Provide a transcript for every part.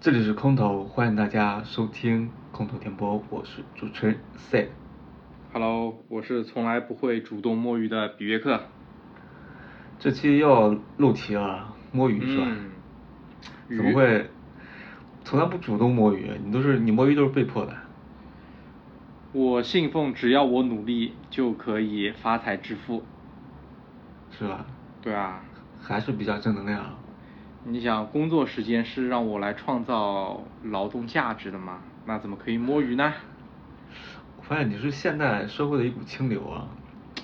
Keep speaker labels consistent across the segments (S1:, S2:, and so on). S1: 这里是空投，欢迎大家收听空投电波，我是主持人 C。
S2: Hello，我是从来不会主动摸鱼的比约克。
S1: 这期又要漏题了，摸鱼是吧？
S2: 嗯
S1: 怎么
S2: 鱼
S1: 会？从来不主动摸鱼，你都是你摸鱼都是被迫的。
S2: 我信奉只要我努力就可以发财致富。
S1: 是吧？
S2: 对啊，
S1: 还是比较正能量。
S2: 你想工作时间是让我来创造劳动价值的嘛？那怎么可以摸鱼呢？
S1: 我发现你是现代社会的一股清流啊！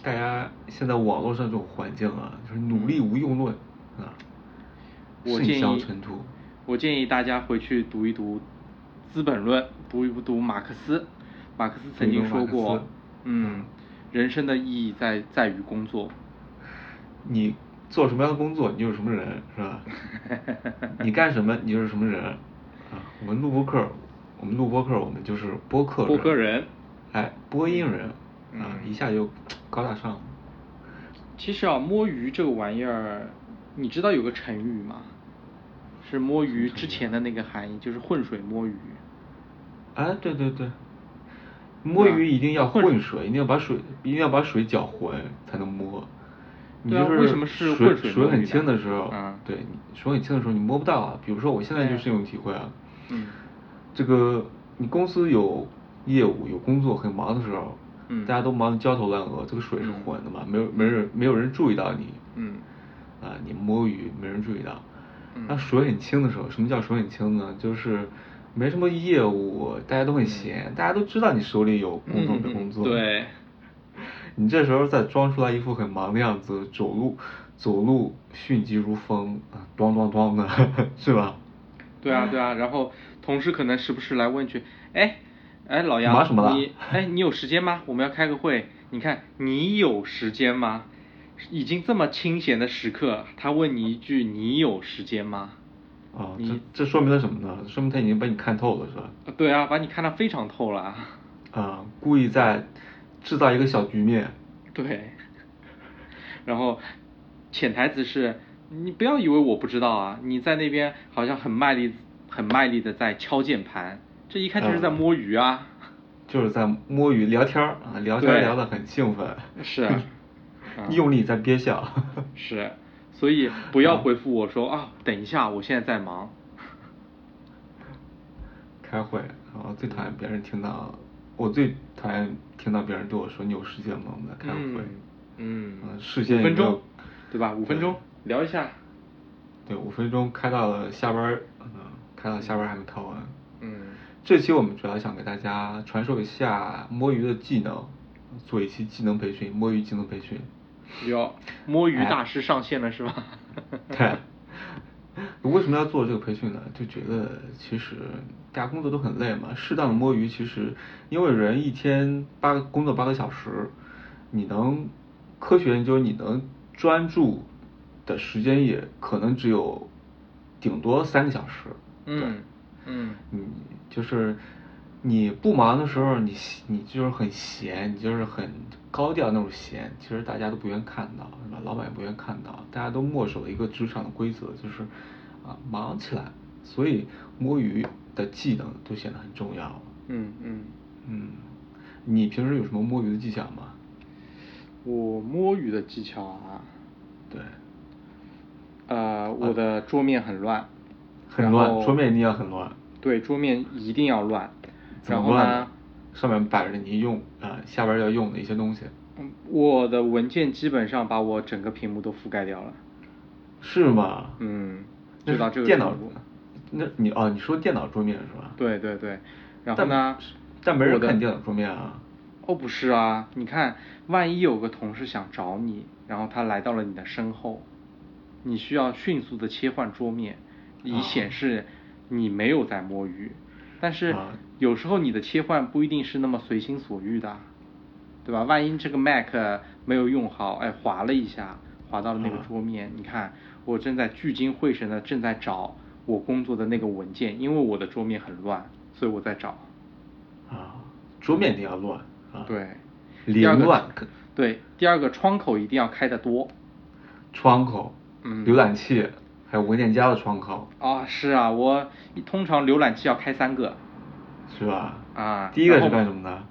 S1: 大家现在网络上这种环境啊，就是努力无用论啊，
S2: 我
S1: 甚
S2: 建
S1: 嚣
S2: 议
S1: 尘土。
S2: 我建议大家回去读一读《资本论》，读一读马克思。马克思曾
S1: 读一读
S2: 经
S1: 马
S2: 说
S1: 克
S2: 过
S1: 思，嗯
S2: 嗯，人生的意义在在于工作。
S1: 你做什么样的工作，你就是什么人，是 吧？你干什么，你就是什么人啊！我们录播客，我们录播客，我们就是播客
S2: 播客人
S1: 哎，播音人啊，
S2: 嗯
S1: 一下就高大上了。
S2: 其实啊，摸鱼这个玩意儿，你知道有个成语吗？是摸鱼之前的那个含义，就是浑水摸鱼。
S1: 哎，对对对，摸
S2: 对啊
S1: 鱼一定要
S2: 混
S1: 混水，一定要把水一定要把水搅浑才能摸。你
S2: 对
S1: 就
S2: 啊
S1: 是
S2: 为什么是
S1: 水
S2: 混水摸
S1: 很
S2: 鱼
S1: 清
S2: 呢
S1: 的时候，
S2: 嗯
S1: 对，你水很清的时候你摸不到啊。比如说我现在就
S2: 对啊
S1: 深有体会啊，
S2: 嗯
S1: 这个你公司有业务有工作很忙的时候，
S2: 嗯
S1: 大家都忙得焦头烂额，这个水是
S2: 嗯
S1: 浑的嘛，没有没人没有人注意到你，
S2: 嗯
S1: 啊，你摸鱼没人注意到。
S2: 嗯
S1: 那水很清的时候，什么叫水很清呢？就是没什么业务，大家都很闲，大家都知道你手里有工作
S2: 嗯
S1: 没工作。
S2: 对。
S1: 你这时候再装出来一副很忙的样子，走路走路迅疾如风啊，咚咚咚的，是吧？
S2: 对啊对啊，然后同事可能时不时来问句，哎哎老
S1: 忙
S2: 杨，
S1: 什么了
S2: 你哎你有时间吗？我们要开个会，你看你有时间吗？已经这么清闲的时刻，他问你一句你有时间吗？
S1: 啊，这
S2: 你
S1: 这说明了什么呢？说明他已经把你看透了，是吧？
S2: 啊对啊，把你看得非常透了啊。
S1: 啊，故意在制造一个小局面。
S2: 对，然后潜台词是，你不要以为我不知道啊，你在那边好像很卖力、很卖力的在敲键盘，这一看就是在
S1: 嗯
S2: 摸鱼啊。
S1: 就是在摸鱼聊天儿啊，聊天儿
S2: 对
S1: 聊得很兴奋，
S2: 是 嗯
S1: 用力在憋笑。
S2: 是，所以不要回复我说啊，等一下，我现在在忙。
S1: 开会，然后最讨厌别人听到，我最讨厌听到别人对我说你有时间吗？我们在开
S2: 嗯
S1: 会。
S2: 嗯
S1: 呃事先
S2: 五
S1: 有
S2: 分
S1: 没有
S2: 钟，对吧？五分钟聊一下。
S1: 对，五分钟开到了下班儿，嗯，开到下班儿还没开完。
S2: 嗯
S1: 这期我们主要想给大家传授一下摸鱼的技能，做一期技能培训，摸鱼技能培训。
S2: 哟，摸鱼
S1: 哎
S2: 大师上线了是吧？
S1: 对，为什么要做这个培训呢？就觉得其实大家工作都很累嘛，适当的摸鱼，其实因为人一天八个工作八个小时，你能科学研究，你能专注的时间也可能只有顶多三个小时。对
S2: 嗯嗯
S1: 你就是你不忙的时候，你你就是很闲，你就是很高调那种闲，其实大家都不愿看到，是吧？老板也不愿看到，大家都墨守了一个职场的规则，就是啊忙起来，所以摸鱼的技能就显得很重要。
S2: 嗯嗯。
S1: 嗯，你平时有什么摸鱼的技巧吗？
S2: 我摸鱼的技巧啊，
S1: 对，
S2: 呃，
S1: 啊
S2: 我的桌面很乱，
S1: 很
S2: 然
S1: 乱，
S2: 后
S1: 桌面一定要很乱。
S2: 对，桌面一定要乱。
S1: 怎
S2: 然
S1: 么
S2: 后
S1: 乱
S2: 呢
S1: 呢？，上面摆着你用啊、下边要用的一些东西，
S2: 嗯我的文件基本上把我整个屏幕都覆盖掉了。
S1: 是吗？
S2: 嗯，
S1: 那
S2: 就是到这个
S1: 电脑
S2: 程度，
S1: 那你哦，你说电脑桌面是吧？
S2: 对对对，然后
S1: 但
S2: 呢？
S1: 但没人
S2: 我的
S1: 看你电脑桌面啊。
S2: 哦，不是啊，你看，万一有个同事想找你，然后他来到了你的身后，你需要迅速的切换桌面，以
S1: 啊
S2: 显示你没有在摸鱼。但是
S1: 啊
S2: 有时候你的切换不一定是那么随心所欲的，对吧？万一这个 Mac 没有用好，哎，滑了一下，滑到了那个
S1: 啊
S2: 桌面，你看，我正在聚精会神的正在找我工作的那个文件，因为我的桌面很乱，所以我在找。
S1: 啊，桌面一定要乱啊。
S2: 对，第二
S1: 凌
S2: 个
S1: 乱
S2: 窗，对，第二个窗口一定要开得多。
S1: 窗口、
S2: 嗯
S1: 浏览器，还有文件夹的窗口，
S2: 啊、是啊，我通常浏览器要开三个，
S1: 是吧？
S2: 啊
S1: 第一个
S2: 然
S1: 是
S2: 后
S1: 干什么的？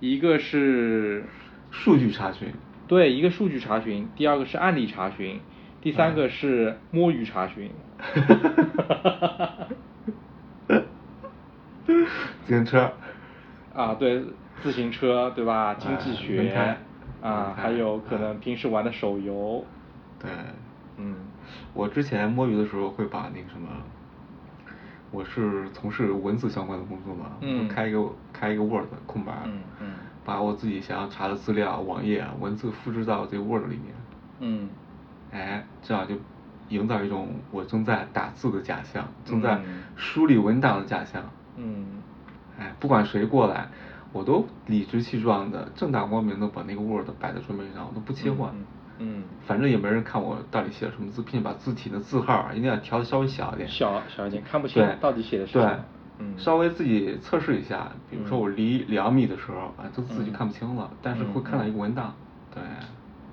S2: 一个是
S1: 数据查 询。
S2: 对，一个数据查询，第二个是案例查询，第三
S1: 哎
S2: 个是摸鱼 查询。
S1: 自行车。
S2: 啊，对，自行车，对吧？经济学
S1: 哎轮胎
S2: 啊
S1: 轮，胎
S2: 还有可能
S1: 啊
S2: 平时玩的手游，
S1: 对，
S2: 嗯，
S1: 我之前摸鱼的时候会把那个什么，我是从事文字相关的工作嘛，
S2: 嗯
S1: 我开一个开一个 Word 空白，
S2: 嗯嗯
S1: 把我自己想要查的资料、网页、啊、文字复制到这个 Word 里面，
S2: 嗯，
S1: 哎，这样就营造一种我正在打字的假象，正在
S2: 嗯
S1: 梳理文档的假象。
S2: 嗯，
S1: 哎，不管谁过来，我都理直气壮的、正大光明的把那个 Word 摆在桌面上，我都不切换。
S2: 嗯嗯嗯
S1: 反正也没人看我到底写了什么字，并且把字体的字号啊一定要调的稍微小一点，
S2: 小小一点看不清
S1: 对
S2: 到底写的是
S1: 对
S2: 什么，嗯
S1: 稍微自己测试一下，比如说我离两米的时候啊，这字就看不清了，但是会看到一个文档，对，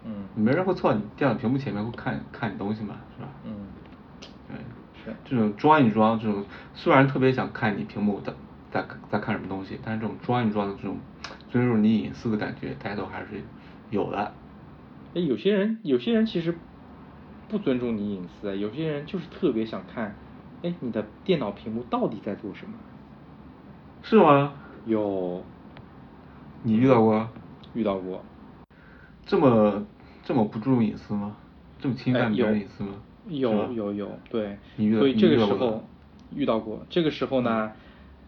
S2: 嗯
S1: 没人会坐你电脑屏幕前面会看看你东西嘛，是吧？
S2: 嗯，
S1: 对，
S2: 是
S1: 这种装一装，这种虽然特别想看你屏幕的在在看什么东西，但是这种装一装的这种尊重你隐私的感觉，大家都还是有的。
S2: 哎，有些人有些人其实不尊重你隐私，啊有些人就是特别想看，哎，你的电脑屏幕到底在做什么？
S1: 是吗？
S2: 有
S1: 你遇到过
S2: 遇到过，
S1: 这么这么不注重隐私吗？这么侵
S2: 哎
S1: 犯别
S2: 有
S1: 人隐私吗？是吧
S2: 有有有，对，
S1: 你遇到
S2: 所以
S1: 你
S2: 这个
S1: 遇到
S2: 时
S1: 过嗯
S2: 候
S1: 吗
S2: 遇到过，这个时候呢，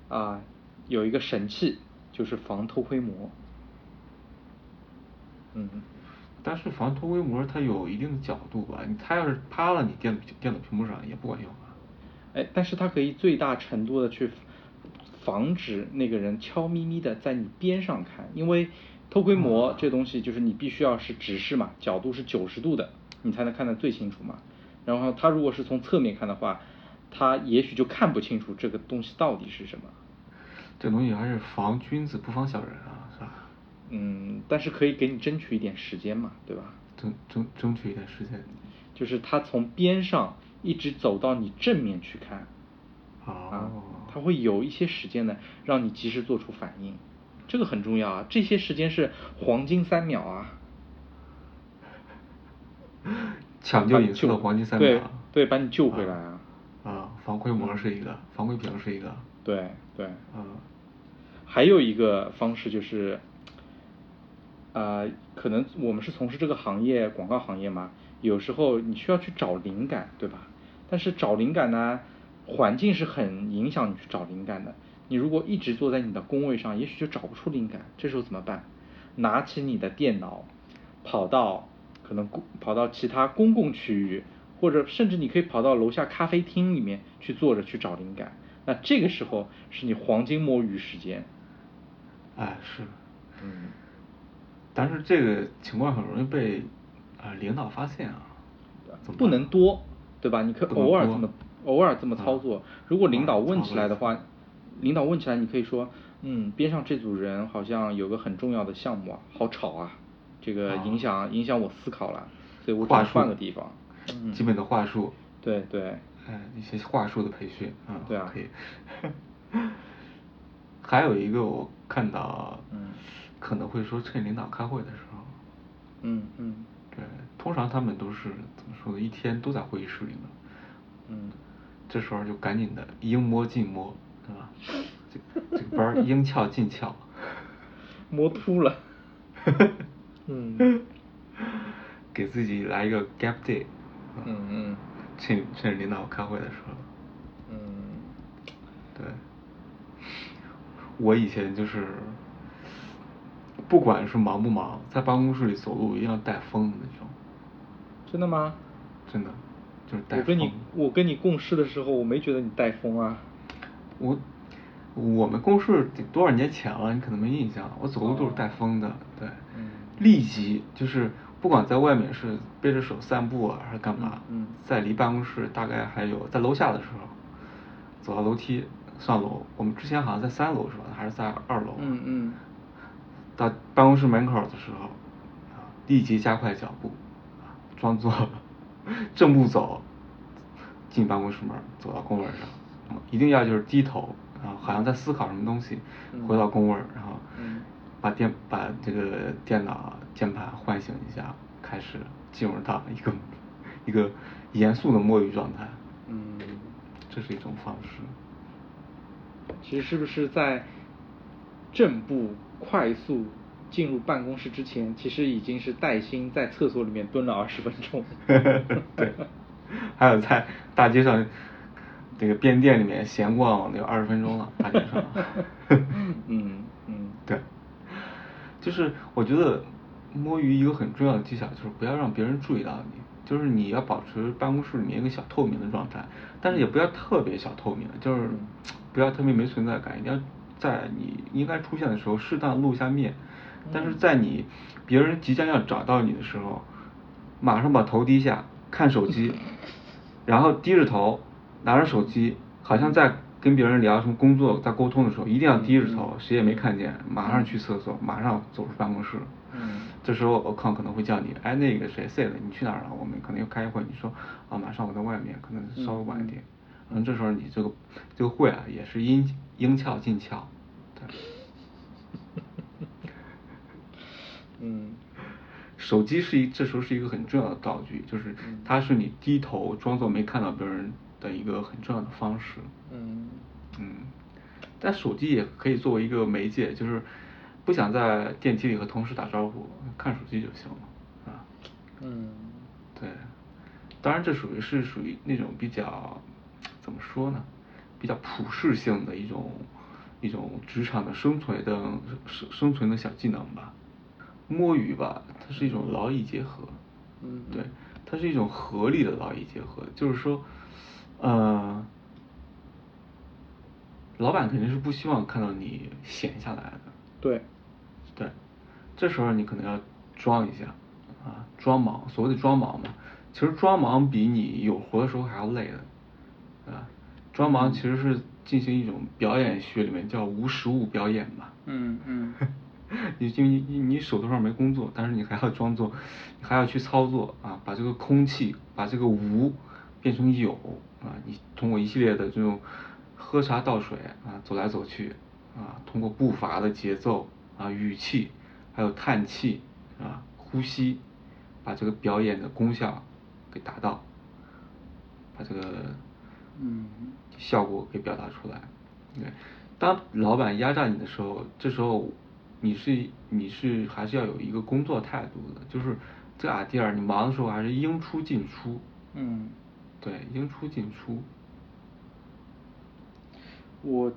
S2: 啊、有一个神器就是防偷窥膜，嗯，
S1: 但是防偷窥膜它有一定的角度吧？你它要是趴了你电电脑屏幕上也不管用啊。
S2: 哎，但是它可以最大程度的去防止那个人悄咪咪的在你边上看，因为偷窥膜这东西就是你必须要是直视嘛，角度是九十度的，你才能看得最清楚嘛。然后他如果是从侧面看的话，他也许就看不清楚这个东西到底是什么。
S1: 这东西还是防君子不防小人啊，是吧？
S2: 嗯，但是可以给你争取一点时间嘛，对吧？
S1: 争争争取一点时间。
S2: 就是他从边上一直走到你正面去看，啊
S1: 哦，，
S2: 它会有一些时间呢，让你及时做出反应，这个很重要啊。这些时间是黄金三秒啊，
S1: 抢救隐私的黄金三秒。
S2: 对对把你救回来啊
S1: 啊，防窥膜是一个，防窥屏是一个。
S2: 对对。
S1: 啊，
S2: 还有一个方式就是，呃，可能我们是从事这个行业，广告行业嘛，有时候你需要去找灵感，对吧？但是找灵感呢，环境是很影响你去找灵感的。你如果一直坐在你的工位上，也许就找不出灵感，这时候怎么办？拿起你的电脑，跑到可能公跑到其他公共区域，或者甚至你可以跑到楼下咖啡厅里面去坐着去找灵感。那这个时候是你黄金摸鱼时间。
S1: 哎是，
S2: 嗯，
S1: 但是这个情况很容易被啊、领导发现啊，怎么
S2: 不
S1: 办
S2: 能多，对吧？你可以
S1: 不能
S2: 偶尔
S1: 多
S2: 这么偶尔这么操作。如果领导问起来的，
S1: 啊
S2: 话，领导问起来，你可以说，嗯，边上这组人好像有个很重要的项目啊，好吵啊，这个
S1: 啊
S2: 影响、影响我思考了，所以我只
S1: 话
S2: 能
S1: 术
S2: 换个地方。嗯
S1: 基本的话术，
S2: 对对，
S1: 哎，一些话术的培训，嗯，
S2: 对啊
S1: 可以。 还有一个我看到，
S2: 嗯
S1: 可能会说趁领导开会的时候，
S2: 嗯嗯
S1: 对，通常他们都是怎么说呢？一天都在会议室里呢，
S2: 嗯，
S1: 这时候就赶紧的应摸尽摸，对吧？这这个 班儿应翘尽翘，
S2: 嗯摸秃了。嗯
S1: 给自己来一个 gap day，
S2: 嗯嗯
S1: 趁趁领导开会的时候，
S2: 嗯，
S1: 对，我以前就是，不管是忙不忙，在办公室里走路一定要带风的那种，
S2: 真的吗？
S1: 真的就是带
S2: 我
S1: 风。
S2: 跟你我跟你共事的时候，我没觉得你带风啊。
S1: 我我们公示得多少年前了，你可能没印象。我走路都是带风的，对，
S2: 哦嗯
S1: 立即就是不管在外面是背着手散步啊，还是干嘛，
S2: 嗯嗯
S1: 在离办公室大概还有在楼下的时候，走到楼梯上楼，我们之前好像在三楼是吧？还是在二楼？
S2: 嗯嗯。
S1: 到办公室门口的时候， 啊立即加快脚步，啊装作正步走，进办公室门，走到工位上，嗯一定要就是低头，然后好像在思考什么东西，回到工位，然后
S2: 嗯
S1: 把电把这个电脑键盘唤醒一下，开始进入到一个一个严肃的摸鱼状态，
S2: 嗯，
S1: 这是一种方式。。
S2: 其实是不是在正步快速进入办公室之前，其实已经是带薪在厕所里面蹲了二十分钟。
S1: 对，还有在大街上这个便店里面闲逛了有二十分钟了，大街上
S2: 嗯嗯
S1: 对，就是我觉得摸鱼一个很重要的技巧就是不要让别人注意到你，就是你要保持办公室里面一个小透明的状态，但是也不要特别小透明，就是
S2: 嗯
S1: 不要特别没存在感，你要在你应该出现的时候适当露一下面，但是
S2: 嗯
S1: 在你别人即将要找到你的时候，马上把头低下看手
S2: 嗯
S1: 机，然后低着头拿着手机，好像在跟别人聊什么工作在沟通的时候，一定要低着头，
S2: 嗯
S1: 谁也没看见，马上去厕所，马上走出办公室。
S2: 嗯
S1: 这时候我看可能会叫你，哎，那个谁 C 了，你去哪儿了？我们可能要开一会，你说啊，马上我在外面，可能稍微晚一点。
S2: 嗯嗯
S1: 嗯，这时候你这个这个会啊，也是应应俏尽俏，对。
S2: 嗯
S1: 手机是一这时候是一个很重要的道具，就是
S2: 嗯
S1: 它是你低头装作没看到别人的一个很重要的方式。
S2: 嗯
S1: 嗯，但手机也可以作为一个媒介，就是不想在电梯里和同事打招呼，看手机就行了啊。
S2: 嗯
S1: 对，当然这属于是属于那种比较怎么说呢，比较普适性的一种一种职场的生存的生生存的小技能吧。摸鱼吧，它是一种劳逸结合，
S2: 嗯
S1: 对，它是一种合理的劳逸结合，就是说，呃，老板肯定是不希望看到你闲下来的，
S2: 对，
S1: 对，这时候你可能要装一下啊，装忙，所谓的装忙嘛，其实装忙比你有活的时候还要累的，啊，装忙其实是进行一种表演学里面叫无实物表演嘛，
S2: 嗯 嗯
S1: 你就你你你手头上没工作，但是你还要装作，你还要去操作啊，把这个空气，把这个无变成有啊，你通过一系列的这种喝茶倒水啊，走来走去啊，通过步伐的节奏啊、语气，还有叹气啊、呼吸，把这个表演的功效给达到，把这个
S2: 嗯
S1: 效果给表达出来。对，当老板压榨你的时候，这时候你是你是还是要有一个工作态度的，就是这 idea 你忙的时候还是应出尽出，
S2: 嗯，
S1: 对，应出尽出，
S2: 我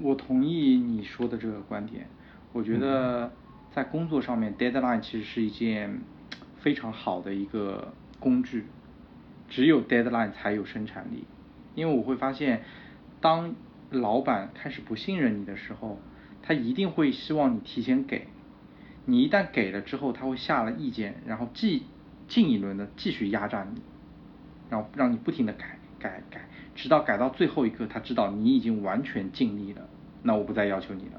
S2: 我同意你说的这个观点。我觉得在工作上面，deadline 其实是一件非常好的一个工具。只有 deadline 才有生产力，因为我会发现，当老板开始不信任你的时候，他一定会希望你提前给。你一旦给了之后，他会下了意见，然后继进一轮的继续压榨你。然后让你不停的改改改，直到改到最后一刻，他知道你已经完全尽力了，那我不再要求你了，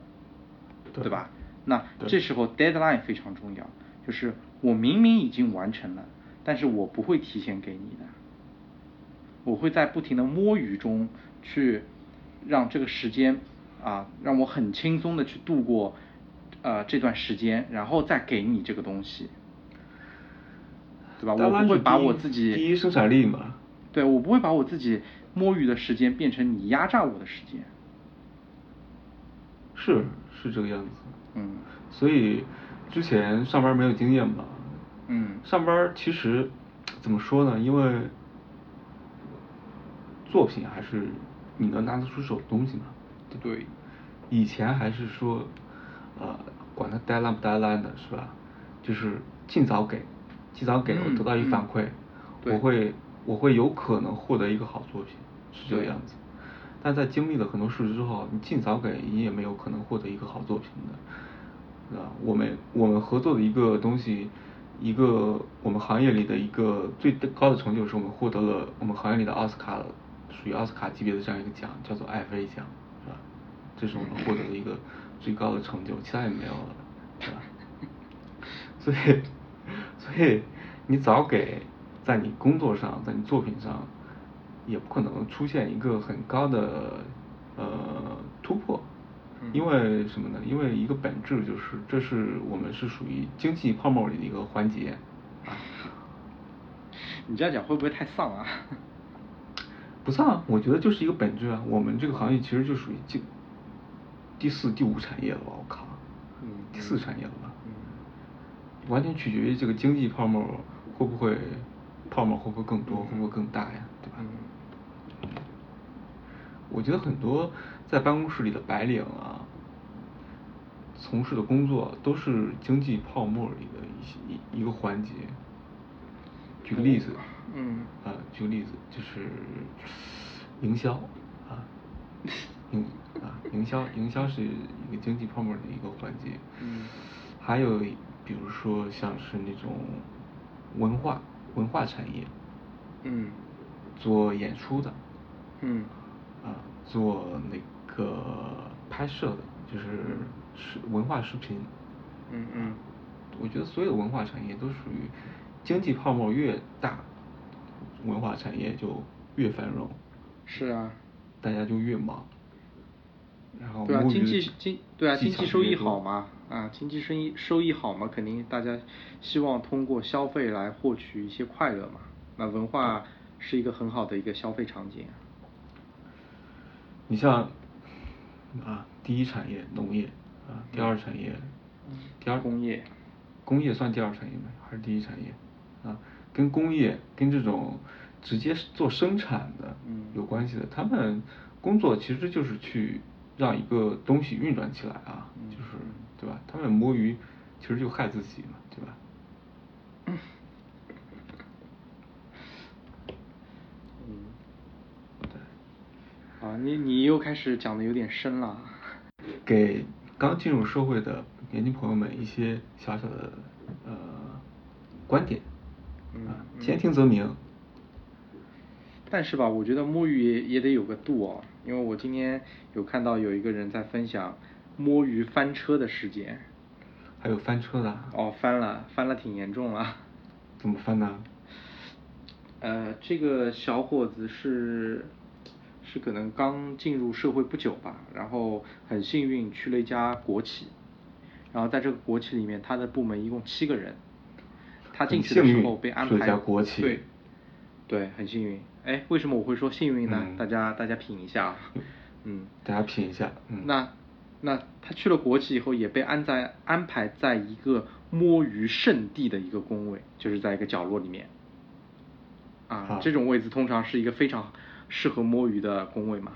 S1: 对
S2: 吧？那
S1: 对
S2: 这时候 deadline 非常重要，就是我明明已经完成了，但是我不会提前给你的，我会在不停的摸鱼中去让这个时间啊，让我很轻松的去度过呃这段时间，然后再给你这个东西。对吧？我
S1: deadline
S2: 不会
S1: 是
S2: 把
S1: 第一
S2: 我自己
S1: 第一生产力嘛，
S2: 对我不会把我自己摸鱼的时间变成你压榨我的时间。
S1: 是是这个样子。
S2: 嗯
S1: 所以之前上班没有经验嘛，
S2: 嗯
S1: 上班其实怎么说呢？因为作品还是你能拿得出手的东西嘛，对吧
S2: 对
S1: 以前还是说，呃，管它 deadline 不 deadline 的是吧？就是尽早给，尽早给我
S2: 嗯
S1: 得到一
S2: 嗯
S1: 反馈，
S2: 对
S1: 我会我会有可能获得一个好作品，是这个
S2: 对
S1: 样子。但在经历了很多事之后，你尽早给，你也没有可能获得一个好作品的，啊，我们我们合作的一个东西，一个我们行业里的一个最高的成就是我们获得了我们行业里的奥斯卡，属于奥斯卡级别的这样一个奖，叫做艾菲奖，是吧？这是我们获得的一个最高的成就，其他也没有了，对吧？所以，所以你早给，在你工作上，在你作品上，也不可能出现一个很高的呃突破。
S2: 嗯
S1: 因为什么呢？因为一个本质就是，这是我们是属于经济泡沫里的一个环节。
S2: 你这样讲会不会太丧啊？
S1: 不算啊，我觉得就是一个本质啊。我们这个行业其实就属于第第四、第五产业了吧？我靠，
S2: 嗯
S1: 第四产业了吧？
S2: 嗯
S1: 完全取决于这个经济泡沫会不会泡沫会不会更多，会不会更大呀？对吧？
S2: 嗯
S1: 我觉得很多在办公室里的白领啊，从事的工作都是经济泡沫里的一些一一个环节。举个例子，
S2: 嗯
S1: 啊，举个例子就是营销啊，营啊营销营销是一个经济泡沫的一个环节。
S2: 嗯
S1: 还有比如说像是那种文化文化产业，
S2: 嗯
S1: 做演出的，
S2: 嗯
S1: 啊，做那个拍摄的，就是视文化视频。
S2: 嗯嗯
S1: 我觉得所有的文化产业都属于经济泡沫越大，文化产业就越繁荣，
S2: 是啊，
S1: 大家就越忙。然后
S2: 对啊，
S1: 摸鱼
S2: 经
S1: 的
S2: 济
S1: 技
S2: 经对啊，
S1: 技
S2: 经济
S1: 巧
S2: 收
S1: 越
S2: 益
S1: 多
S2: 好嘛，啊，经济收益收益好嘛，肯定大家希望通过消费来获取一些快乐嘛。那文化是一个很好的一个消费场景啊。
S1: 你像啊，第一产业农业啊，第二产业，第二
S2: 嗯工业，
S1: 工业算第二产业吗？还是第一产业？啊，跟工业跟这种直接做生产的
S2: 嗯
S1: 有关系的，他们工作其实就是去让一个东西运转起来啊，
S2: 嗯
S1: 就是
S2: 嗯
S1: 对吧？他们摸鱼其实就害自己嘛，对吧？
S2: 嗯，
S1: 对，
S2: 啊，你你又开始讲的有点深了。
S1: 给刚进入社会的年轻朋友们一些小小的呃观点，
S2: 嗯
S1: 啊，
S2: 嗯
S1: 兼听则明，
S2: 但是吧，我觉得摸鱼也也得有个度哦，因为我今天有看到有一个人在分享摸鱼翻车的事件，
S1: 还有翻车的啊，
S2: 哦，翻了，翻了挺严重了。
S1: 怎么翻呢？
S2: 呃，这个小伙子是是可能刚进入社会不久吧，然后很幸运去了一家国企，然后在这个国企里面，他的部门一共七个人，他进去的
S1: 很幸
S2: 时
S1: 运
S2: 候被安
S1: 去了
S2: 排
S1: 家国企
S2: 对对，很幸运。哎，为什么我会说幸运呢？
S1: 嗯
S2: 大家大家品一下啊，嗯，
S1: 大家品一下，嗯，
S2: 那那他去了国企以后，也被安在安排在一个摸鱼圣地的一个工位，就是在一个角落里面。啊
S1: 啊，
S2: 这种位置通常是一个非常适合摸鱼的工位嘛。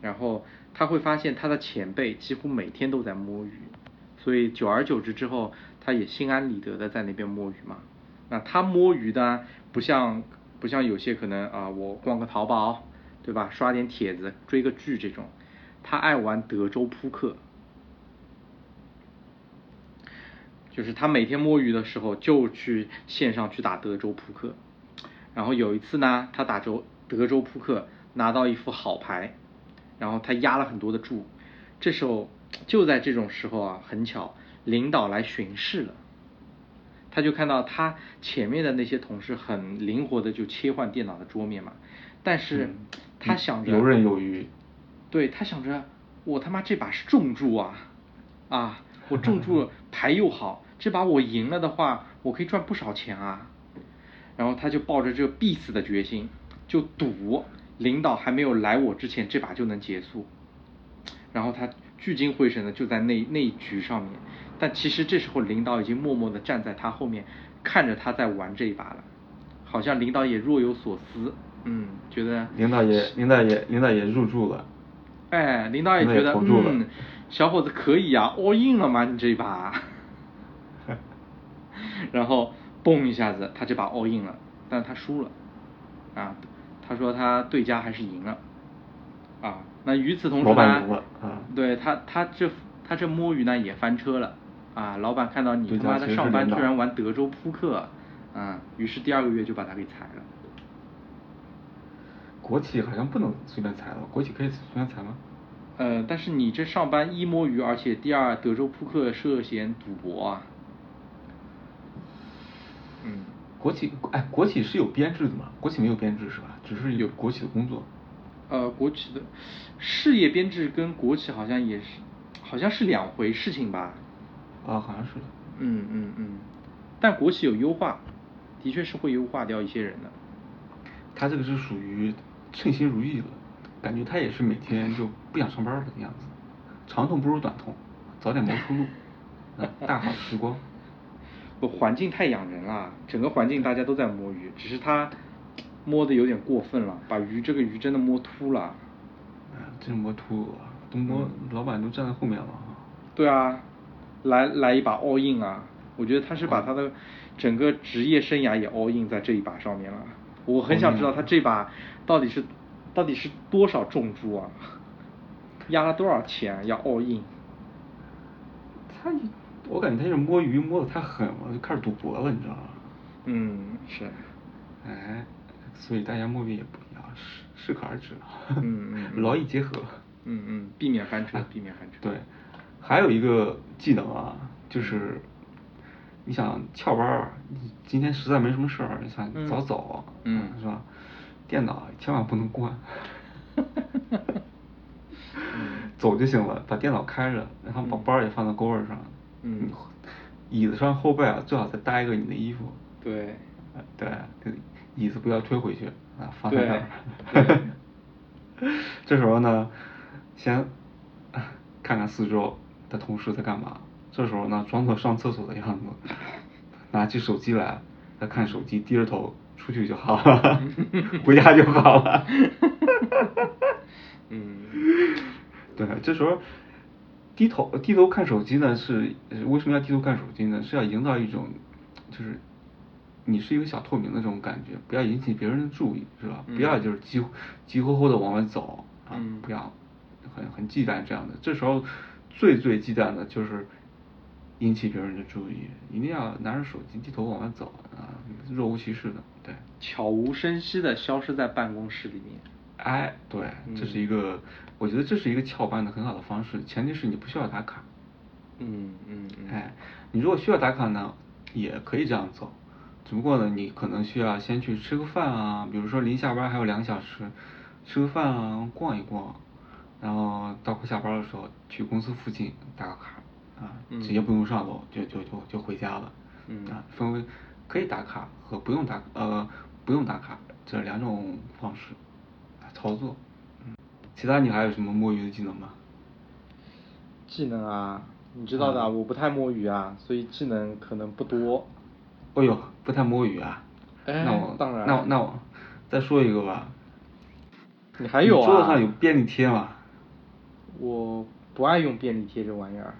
S2: 然后他会发现他的前辈几乎每天都在摸鱼，所以久而久之之后，他也心安理得的在那边摸鱼嘛。那他摸鱼呢，不像不像有些可能啊、我逛个淘宝，对吧？刷点帖子，追个剧这种，他爱玩德州扑克。就是他每天摸鱼的时候就去线上去打德州扑克，然后有一次呢，他打州德州扑克拿到一副好牌，然后他压了很多的注，这时候就在这种时候啊，很巧，领导来巡视了。他就看到他前面的那些同事很灵活的就切换电脑的桌面嘛，但是
S1: 嗯
S2: 他想着
S1: 游刃有余，
S2: 对他想着，我他妈这把是重注啊，啊，我重注 了牌又好，这把我赢了的话，我可以赚不少钱啊。然后他就抱着这个必死的决心，就赌领导还没有来我之前，这把就能结束。然后他聚精会神的就在那那一局上面，但其实这时候领导已经默默的站在他后面，看着他在玩这一把了，好像领导也若有所思，嗯，觉得
S1: 领导也领导也领导也入驻了，
S2: 哎，领导也
S1: 领导也
S2: 觉得，
S1: 投入了
S2: 嗯，小伙子可以啊，all in 了吗？你这 一把，然后嘣一下子，他这把 all in 了，但是他输了，啊，他说他对家还是赢了，啊，那与此同时
S1: 老
S2: 呢，
S1: 板赢了啊
S2: 对他他这他这摸鱼呢也翻车了，啊，老板看到你
S1: 对家
S2: 他妈
S1: 其
S2: 的
S1: 实
S2: 上
S1: 是
S2: 班
S1: 领
S2: 居
S1: 导
S2: 然玩德州扑克，啊，于是第二个月就把他给裁了。
S1: 国企好像不能随便裁了，国企可以随便裁吗？
S2: 呃，但是你这上班一摸鱼，而且第二德州扑克涉嫌赌博啊。嗯，
S1: 国企哎，国企是有编制的嘛？国企没有编制是吧？只是有国企的工作。
S2: 呃，国企的事业编制跟国企好像也是，好像是两回事情吧？
S1: 啊，好像是的。
S2: 嗯嗯嗯，但国企有优化，的确是会优化掉一些人的。
S1: 他这个是属于称心如意了，感觉他也是每天就不想上班了的样子，长痛不如短痛，早点谋出路，嗯大好时光。啊
S2: 不，环境太养人了，整个环境大家都在摸鱼，只是他摸的有点过分了，把鱼这个鱼真的摸秃了。
S1: 哎呀，这摸秃了，都摸老板都站在后面了啊。
S2: 对啊，来来一把 all in 啊！我觉得他是
S1: 嗯
S2: 把他的整个职业生涯也 all in 在这一把上面了。我很想知
S1: 嗯
S2: 道他这把到底是到底是多少重注啊？压了多少钱啊要 all in？
S1: 他，我感觉他是摸鱼摸的太狠了，就开始赌博了，你知道吗？
S2: 嗯，是，
S1: 哎，所以大家摸鱼也不一样，适适可而止啊。
S2: 嗯嗯嗯
S1: 劳逸结合。啊
S2: 嗯嗯，避免翻车，避免翻车。
S1: 对，还有一个技能啊，就是你想翘班儿，你今天实在没什么事儿，你想
S2: 嗯
S1: 早走，啊
S2: 嗯
S1: 是吧？电脑千万不能 关，走就行了，把电脑开着，然后把
S2: 嗯
S1: 包儿也放在钩儿上，
S2: 嗯
S1: 椅子上后背啊最好再搭一个你的衣服，
S2: 对，
S1: 呃对，这个椅子不要推回去啊，放在
S2: 对
S1: 那 儿。这时候呢，先看看四周的同事在干嘛。这时候呢，装作上厕所的样子，拿起手机来，再看手机，低着头出去就好了， 回家就好了。
S2: 嗯，
S1: 对，这时候低头低头看手机呢，是呃为什么要低头看手机呢？是要营造一种就是你是一个小透明的这种感觉，不要引起别人的注意，是吧？不要
S2: 嗯
S1: 就是急急吼吼的往外走啊，
S2: 嗯
S1: 不要很很忌惮这样的。这时候最最忌惮的就是引起别人的注意，一定要拿着手机低头往外走啊，若无其事的，对。
S2: 悄无声息的消失在办公室里面。
S1: 哎，对，这是
S2: 嗯
S1: 一个，我觉得这是一个翘班的很好的方式，前提是你不需要打卡。
S2: 嗯嗯嗯，
S1: 哎，你如果需要打卡呢，也可以这样走，只不过呢，你可能需要先去吃个饭啊，比如说临下班还有两个小时，吃个饭啊，逛一逛，然后到快下班的时候去公司附近打个卡啊，
S2: 嗯
S1: 直接不用上楼就就就就回家了。
S2: 嗯
S1: 啊，分为可以打卡和不用打呃不用打卡这两种方式啊操作。嗯，其他你还有什么摸鱼的技能吗？
S2: 技能啊，你知道的啊，
S1: 嗯
S2: 我不太摸鱼啊，所以技能可能不多。
S1: 哦呦，不太摸鱼啊。
S2: 哎
S1: 那我
S2: 当然
S1: 那我那我再说一个吧。
S2: 你还有啊？
S1: 桌子上有便利贴吗？
S2: 我不爱用便利贴这玩意儿。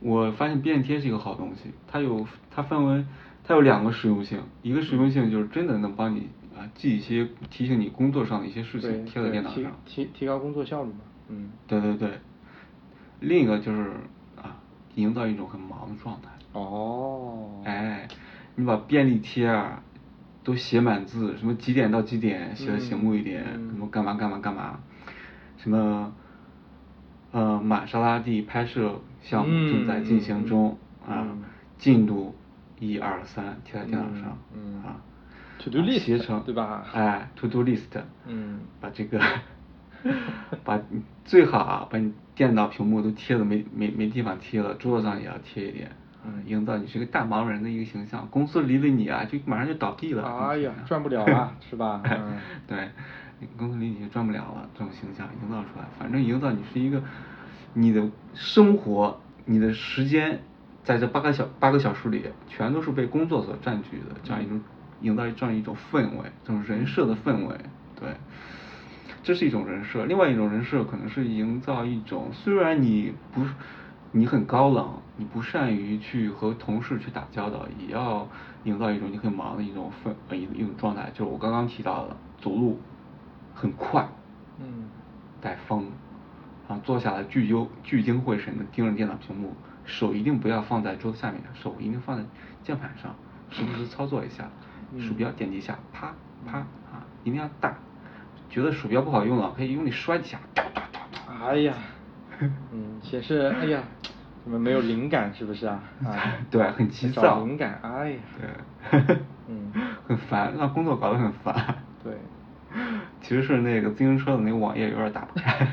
S1: 我发现便利贴是一个好东西，它有它分为它有两个实用性，一个实用性就是真的能帮你啊记一些提醒你工作上的一些事
S2: 对
S1: 情，贴在
S2: 对
S1: 电脑
S2: 提
S1: 上。
S2: 提提高工作效率嘛。嗯。
S1: 对对对，另一个就是啊，营造一种很忙的状态。
S2: 哦。
S1: 哎，你把便利贴啊都写满字，什么几点到几点写的醒目一点，
S2: 嗯嗯
S1: 什么干嘛干嘛干嘛，什么呃玛莎拉蒂拍摄项目正在进行中、
S2: 嗯嗯嗯
S1: 啊
S2: 嗯，
S1: 进度一二三贴在电脑上、
S2: 嗯嗯
S1: 啊。
S2: To do
S1: 啊
S2: list，
S1: 携程
S2: 对吧
S1: 哎，to do list，
S2: 嗯
S1: 把这个把你最好啊，把你电脑屏幕都贴的没没没地方贴了，桌子上也要贴一点，
S2: 嗯
S1: 营造你是个大忙人的一个形象。公司离了你啊，就马上就倒闭了。
S2: 哎呀
S1: 你
S2: 赚不了 了是吧嗯
S1: 对，公司离你就赚不了了，这种形象营造出来，反正营造你是一个你的生活、你的时间。在这八个小八个小时里，全都是被工作所占据的，这样一种营造这样一种氛围，这种人设的氛围，对，这是一种人设。另外一种人设可能是营造一种，虽然你不是你很高冷，你不善于去和同事去打交道，也要营造一种你很忙的一种氛呃一一种状态，就是我刚刚提到的，走路很快，
S2: 嗯
S1: 带风，啊，坐下来聚焦聚精会神的盯着电脑屏幕，手一定不要放在桌子下面，手一定放在键盘上，时不时操作一下，
S2: 嗯
S1: 鼠标点击一下，啪啪啊，一定要大，觉得鼠标不好用了，可以用力摔几下，哒哒哒哒。
S2: 哎呀，嗯，显示哎呀，怎
S1: ，
S2: 么 没有灵感是不是啊？啊
S1: 对，很急
S2: 找
S1: 躁。
S2: 灵感，哎呀，
S1: 对。
S2: 嗯
S1: 很烦，让工作搞得很烦。
S2: 对，
S1: 其实是那个自行车的那个网页有点打不 开，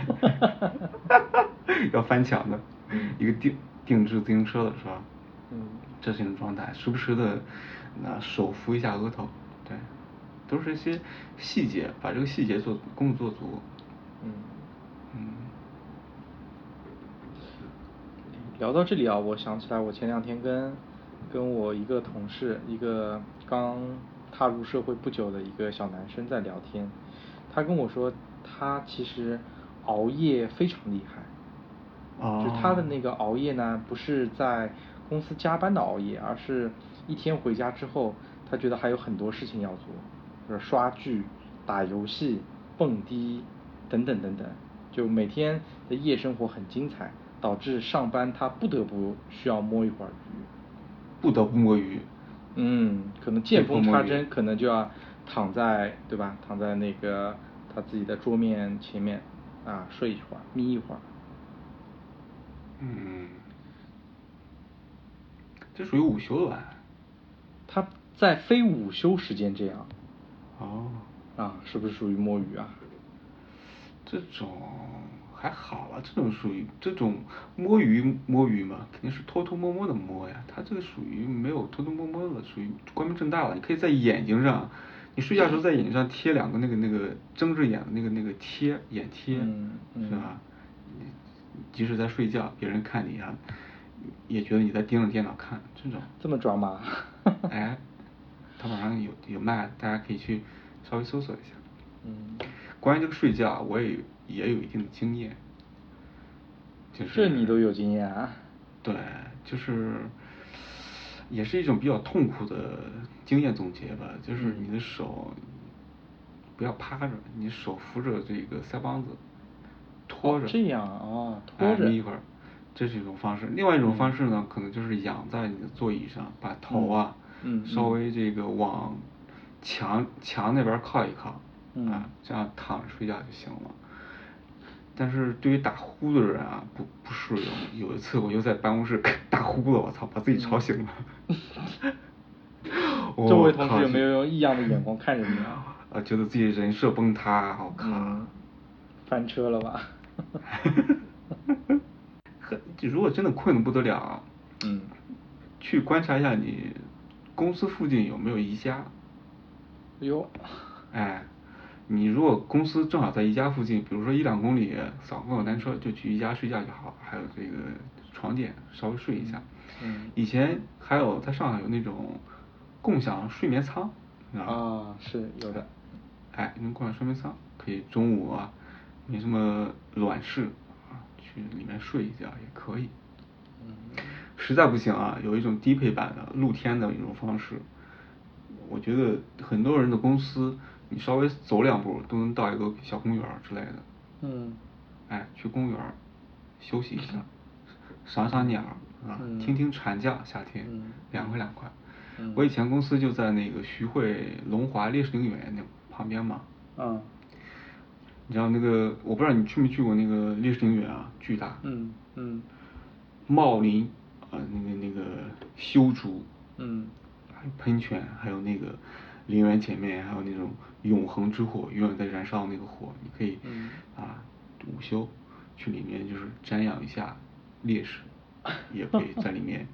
S1: 要翻墙的，一个定定制自行车的是吧？
S2: 嗯，
S1: 这是一种状态，时不时的那手扶一下额头，对，都是一些细节，把这个细节做工作做足。
S2: 嗯，
S1: 嗯，
S2: 聊到这里啊，我想起来，我前两天跟跟我一个同事，一个刚踏入社会不久的一个小男生在聊天，他跟我说，他其实熬夜非常厉害，
S1: 哦，
S2: 就他的那个熬夜呢，不是在公司加班的熬夜，而是一天回家之后，他觉得还有很多事情要做，就是刷剧、打游戏、蹦迪等等等等，就每天的夜生活很精彩，导致上班他不得不需要摸一会儿鱼。
S1: 不得不摸鱼。
S2: 嗯，可能见缝插针，可能就要躺在对吧？躺在那个他自己的桌面前面啊，睡一会儿，眯一会儿。
S1: 嗯，这属于午休的吧？
S2: 他在非午休时间这样
S1: 哦，
S2: 啊，是不是属于摸鱼啊？
S1: 这种还好吧，这种属于这种摸鱼摸鱼嘛，肯定是偷偷摸摸的摸呀。他这个属于没有偷偷摸摸的，属于光明正大了。你可以在眼睛上，你睡觉的时候在眼睛上贴两个那个那个睁着眼的那个那个贴眼贴，
S2: 嗯嗯
S1: 是吧？你即使在睡觉，别人看你啊，也觉得你在盯着电脑看，这种。
S2: 这么抓吗？
S1: 哎，淘宝上有有卖，大家可以去稍微搜索一下。
S2: 嗯，
S1: 关于这个睡觉啊，我也有也有一定的经验，就是
S2: 这你都有经验啊？
S1: 对，就是也是一种比较痛苦的经验总结吧，就是你
S2: 嗯
S1: 的手不要趴着，你手扶着这个腮帮子，拖
S2: 哦
S1: 着，
S2: 这样哦
S1: 哎
S2: 拖着嗯
S1: 眯一会儿，这是一种方式。另外一种方式呢，可能就是仰在你的座椅上，把头啊，
S2: 嗯嗯
S1: 稍微这个往墙墙那边靠一靠，
S2: 嗯
S1: 啊，这样躺着睡觉就行了。但是对于打呼噜的人啊，不不适用。有一次我就在办公室打呼噜，我操，把自己吵醒了。 我
S2: 嗯周围同
S1: 靠
S2: 事有没有用异样的眼光看着你啊？
S1: 啊，觉得自己人设崩塌，我靠。
S2: 嗯翻车了 吧？
S1: 很如果真的困得不得了啊，
S2: 嗯，
S1: 去观察一下你公司附近有没有宜家。
S2: 哟，
S1: 哎，你如果公司正好在宜家附近，比如说一两公里，扫共享单车就去宜家睡觉就好，还有这个床垫稍微睡一下。
S2: 嗯
S1: 以前还有在上海有那种共享睡眠舱，你知道吗
S2: 啊是有的。
S1: 哎，那种共享睡眠舱可以中午啊，没什么卵事啊，去里面睡一觉也可以。
S2: 嗯
S1: 实在不行啊，有一种低配版的露天的一种方式。我觉得很多人的公司，你稍微走两步都能到一个小公园儿之类的。
S2: 嗯
S1: 哎，去公园儿休息一 下，赏赏鸟儿啊，
S2: 嗯
S1: 听听蝉叫，夏天、
S2: 嗯
S1: 凉快凉快。
S2: 嗯
S1: 我以前公司就在那个徐汇龙华烈士陵园那旁边嘛。
S2: 嗯
S1: 你知道那个，我不知道你去没去过那个烈士陵园啊，巨大。
S2: 嗯嗯
S1: 茂林啊、呃那个那个修竹，
S2: 嗯
S1: 还有喷泉，还有那个陵园前面，还有那种永恒之火，永远在燃烧的那个火，你可以、
S2: 嗯
S1: 啊午休去里面就是瞻仰一下烈士，也可以在里 面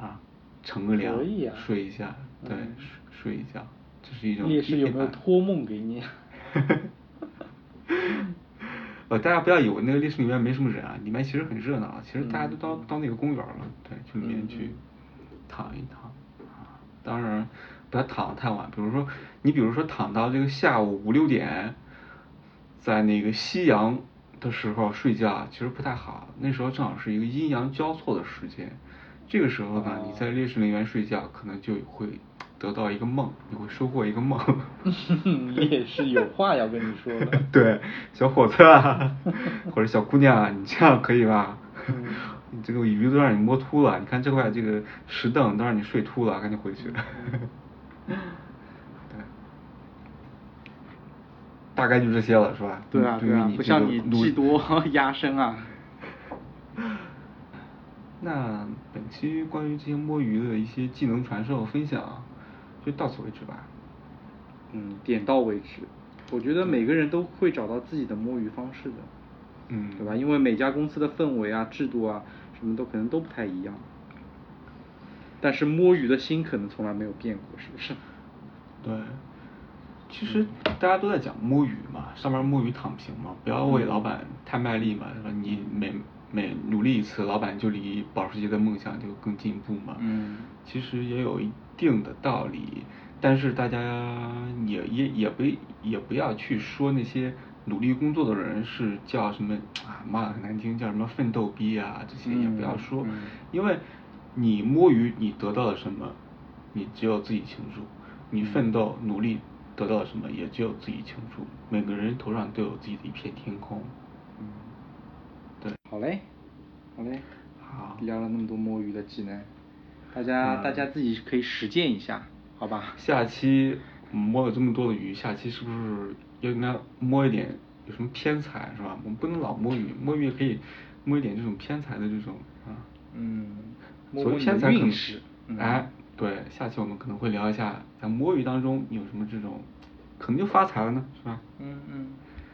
S1: 啊乘个凉、
S2: 可以啊
S1: 睡一下，对，
S2: 嗯
S1: 睡睡一觉，这是一种
S2: 烈士有没有
S1: PK 版
S2: 托梦 给你啊？
S1: 呃，大家不要以为那个烈士陵园没什么人啊，里面其实很热闹啊，其实大家都到、
S2: 嗯
S1: 到那个公园了，对，去里面去
S2: 嗯
S1: 躺一躺啊。当然，不要躺得太晚，比如说你比如说躺到这个下午五六点，在那个夕阳的时候睡觉啊，其实不太好，那时候正好是一个阴阳交错的时间。这个时候呢，你在
S2: 哦
S1: 烈士陵园睡觉，可能就会得到一个梦，你会收获一个梦。。
S2: 你也是有话要跟你说的
S1: 对，小伙子啊， 或者小姑娘啊，你这样可以吧？
S2: 嗯
S1: 你这个鱼都让你摸秃了，你看这块这个石凳都让你睡秃了，赶紧回去。
S2: 嗯
S1: 对，大概就这些了，是吧？
S2: 对啊
S1: 对
S2: 对啊
S1: 于，
S2: 不
S1: 这
S2: 像
S1: 个
S2: 你
S1: 录
S2: 技多压身啊。
S1: 那本期关于这些摸鱼的一些技能传授分享，就到此为止吧。
S2: 嗯，点到为止。我觉得每个人都会找到自己的摸鱼方式的，
S1: 嗯
S2: 对吧？因为每家公司的氛围啊、制度啊，什么都可能都不太一样。但是摸鱼的心可能从来没有变过，是不是？
S1: 对，其实大家都在讲摸鱼嘛，上班摸鱼躺平嘛，不要
S2: 嗯
S1: 为老板太卖力嘛，是吧？你每每努力一次，老板就离保时捷的梦想就更进一步嘛。
S2: 嗯
S1: 其实也有一定的道理，但是大家也也也不也不要去说那些努力工作的人是叫什么啊，骂的很难听，叫什么奋斗逼啊，这些也不要
S2: 嗯
S1: 说，
S2: 嗯
S1: 因为你摸鱼，你得到了什么，你只有自己清楚；你奋斗努力得到了什么，也只有自己清楚。每个人头上都有自己的一片天空。
S2: 嗯，
S1: 对，
S2: 好嘞，好嘞，
S1: 好
S2: 聊了那么多摸鱼的技能，大家、
S1: 嗯
S2: 大家自己可以实践一下，好吧？
S1: 下期我们摸了这么多的鱼，下期是不是要应该摸一点有什么偏财是吧？我们不能老摸鱼，摸鱼也可以摸一点这种偏财的这种啊。
S2: 嗯摸
S1: 所
S2: 摸
S1: 谓
S2: 你
S1: 偏
S2: 的
S1: 财可
S2: 运
S1: 能
S2: 势嗯
S1: 哎，对，下期我们可能会聊一下在摸鱼当中有什么这种，可能就发财了呢，是吧？
S2: 嗯嗯，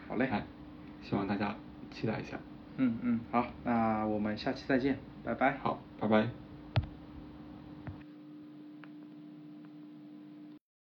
S2: 好嘞，
S1: 哎，希望大家期待一下。
S2: 嗯嗯，好，那我们下期再见，拜拜。
S1: 好，拜拜。